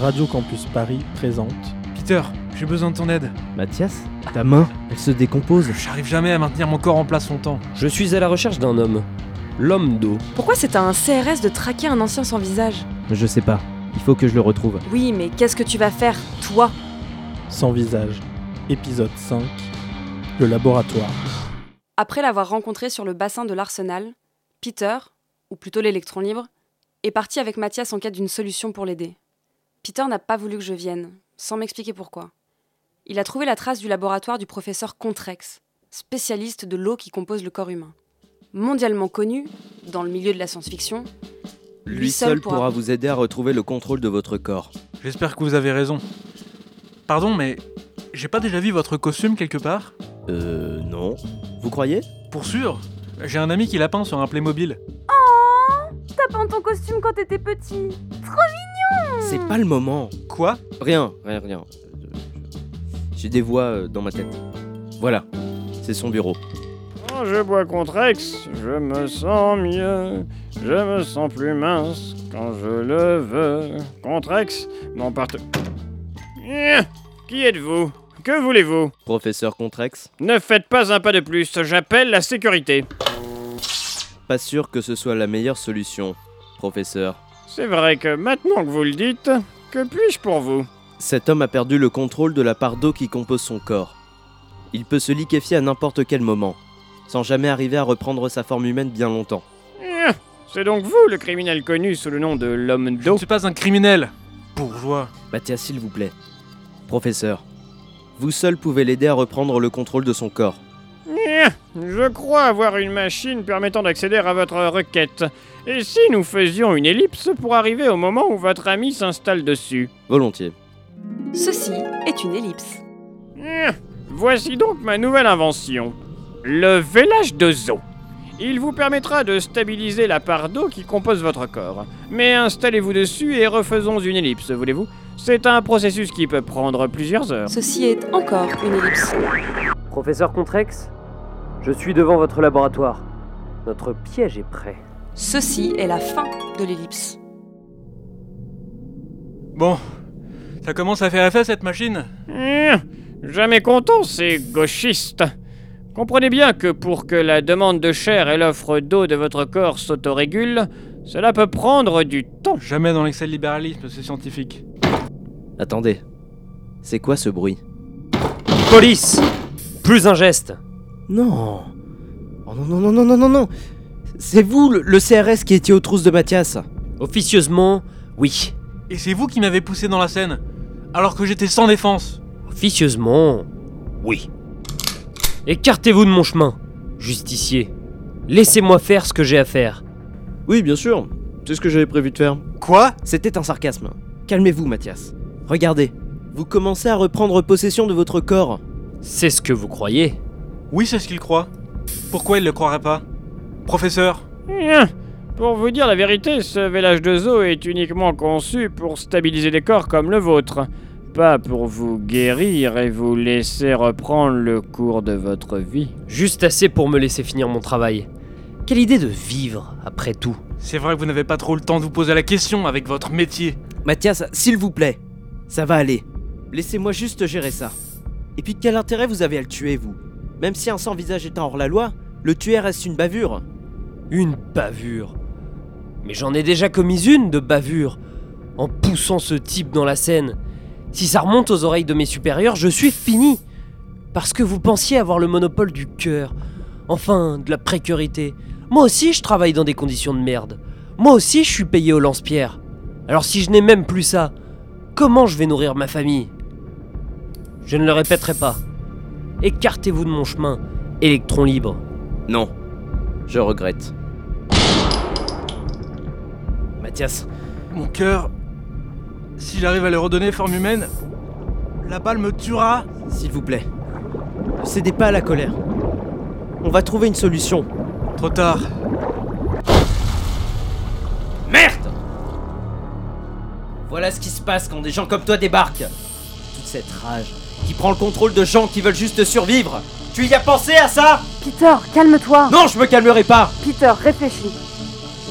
Radio Campus Paris présente. Peter, j'ai besoin de ton aide. Mathias, ta main, elle se décompose. J'arrive jamais à maintenir mon corps en place longtemps. Je suis à la recherche d'un homme. L'homme d'eau. Pourquoi c'est à un CRS de traquer un ancien sans visage Je sais pas. Il faut que je le retrouve. Oui, mais qu'est-ce que tu vas faire, toi Sans visage. Épisode 5. Le laboratoire. Après l'avoir rencontré sur le bassin de l'Arsenal, Peter, ou plutôt l'électron libre, est parti avec Mathias en quête d'une solution pour l'aider. Peter n'a pas voulu que je vienne, sans m'expliquer pourquoi. Il a trouvé la trace du laboratoire du professeur Contrex, spécialiste de l'eau qui compose le corps humain. Mondialement connu, dans le milieu de la science-fiction, Lui seul pourra vous aider à retrouver le contrôle de votre corps. J'espère que vous avez raison. Pardon, mais j'ai pas déjà vu votre costume quelque part Euh, non. Vous croyez Pour sûr J'ai un ami qui l'a peint sur un Playmobil. T'as peint ton costume quand t'étais petit C'est pas le moment. Quoi Rien, rien, rien. Euh, J'ai des voix euh, dans ma tête. Voilà, c'est son bureau. Quand je bois Contrex, je me sens mieux. Je me sens plus mince quand je le veux. Contrex, mon partenaire. Eh, Qui êtes-vous Que voulez-vous Professeur Contrex, Ne faites pas un pas de plus, j'appelle la sécurité. pas sûr que ce soit la meilleure solution. Professeur, C'est vrai que maintenant que vous le dites, que puis-je pour vous cet homme a perdu le contrôle de la part d'eau qui compose son corps. Il peut se liquéfier à n'importe quel moment, sans jamais arriver à reprendre sa forme humaine bien longtemps. Eh, C'est donc vous le criminel connu sous le nom de l'homme Je ne d'eau suis pas un criminel Bourgeois Mathias, s'il vous plaît. Professeur, vous seul pouvez l'aider à reprendre le contrôle de son corps. Eh, Je crois avoir une machine permettant d'accéder à votre requête. Et si nous faisions une ellipse pour arriver au moment où votre ami s'installe dessus Volontiers. Ceci est une ellipse. Hum, Voici donc ma nouvelle invention, le vélage de zoo. Il vous permettra de stabiliser la part d'eau qui compose votre corps. Mais installez-vous dessus et refaisons une ellipse, voulez-vous C'est un processus qui peut prendre plusieurs heures. Ceci est encore une ellipse. Professeur Contrex, je suis devant votre laboratoire. Notre piège est prêt. Ceci est la fin de l'ellipse. Bon, ça commence à faire effet cette machine Hum, Jamais content, ces gauchistes. Comprenez bien que pour que la demande de chair et l'offre d'eau de votre corps s'autorégulent, cela peut prendre du temps. Jamais dans l'excès libéralisme, c'est scientifique. Attendez. C'est quoi ce bruit Police Plus un geste Non Oh non, non, non, non, non, non, non C'est vous, le, le CRS qui étiez aux trousses de Mathias Officieusement, oui. Et c'est vous qui m'avez poussé dans la scène, alors que j'étais sans défense Officieusement, oui. Écartez-vous de mon chemin, justicier. Laissez-moi faire ce que j'ai à faire. Oui, bien sûr. C'est ce que j'avais prévu de faire. Quoi C'était un sarcasme. Calmez-vous, Mathias. Regardez. Vous commencez à reprendre possession de votre corps. C'est ce que vous croyez. Oui, c'est ce qu'il croit. Pourquoi il le croirait pas Professeur, Hein, Pour vous dire la vérité, ce vélage de zoo est uniquement conçu pour stabiliser des corps comme le vôtre, pas pour vous guérir et vous laisser reprendre le cours de votre vie. Juste assez pour me laisser finir mon travail. Quelle idée de vivre, après tout. c'est vrai que vous n'avez pas trop le temps de vous poser la question avec votre métier. Mathias, s'il vous plaît. Ça va aller. Laissez-moi juste gérer ça. Et puis quel intérêt vous avez à le tuer, vous Même si un sans-visage est un hors-la-loi, le tuer reste une bavure. Une bavure. Mais j'en ai déjà commis une de bavure, en poussant ce type dans la scène. Si ça remonte aux oreilles de mes supérieurs, je suis fini. Parce que vous pensiez avoir le monopole du cœur. Enfin, de la précarité. Moi aussi, je travaille dans des conditions de merde. Moi aussi, je suis payé au lance-pierre. Alors si je n'ai même plus ça, comment je vais nourrir ma famille Je ne le répéterai pas. Écartez-vous de mon chemin, électron libre. Non. Je regrette. Mathias, Mon cœur, si j'arrive à le redonner forme humaine, la balle me tuera. s'il vous plaît. Ne cédez pas à la colère. On va trouver une solution. Trop tard. Merde Voilà ce qui se passe quand des gens comme toi débarquent. Toute cette rage qui prend le contrôle de gens qui veulent juste survivre. Tu y as pensé à ça Peter, calme-toi Non, je me calmerai pas Peter, réfléchis.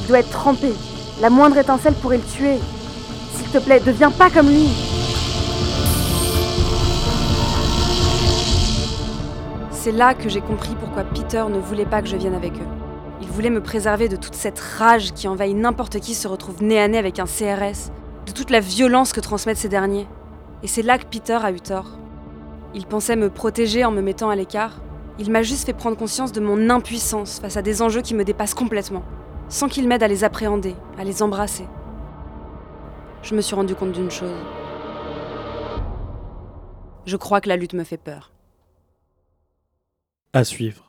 Il doit être trempé. La moindre étincelle pourrait le tuer. s'il te plaît, deviens pas comme lui. C'est là que j'ai compris pourquoi Peter ne voulait pas que je vienne avec eux. Il voulait me préserver de toute cette rage qui envahit n'importe qui se retrouve nez à nez avec un CRS, de toute la violence que transmettent ces derniers. Et c'est là que Peter a eu tort. Il pensait me protéger en me mettant à l'écart. Il m'a juste fait prendre conscience de mon impuissance face à des enjeux qui me dépassent complètement, sans qu'il m'aide à les appréhender, à les embrasser. Je me suis rendu compte d'une chose. Je crois que la lutte me fait peur. À suivre.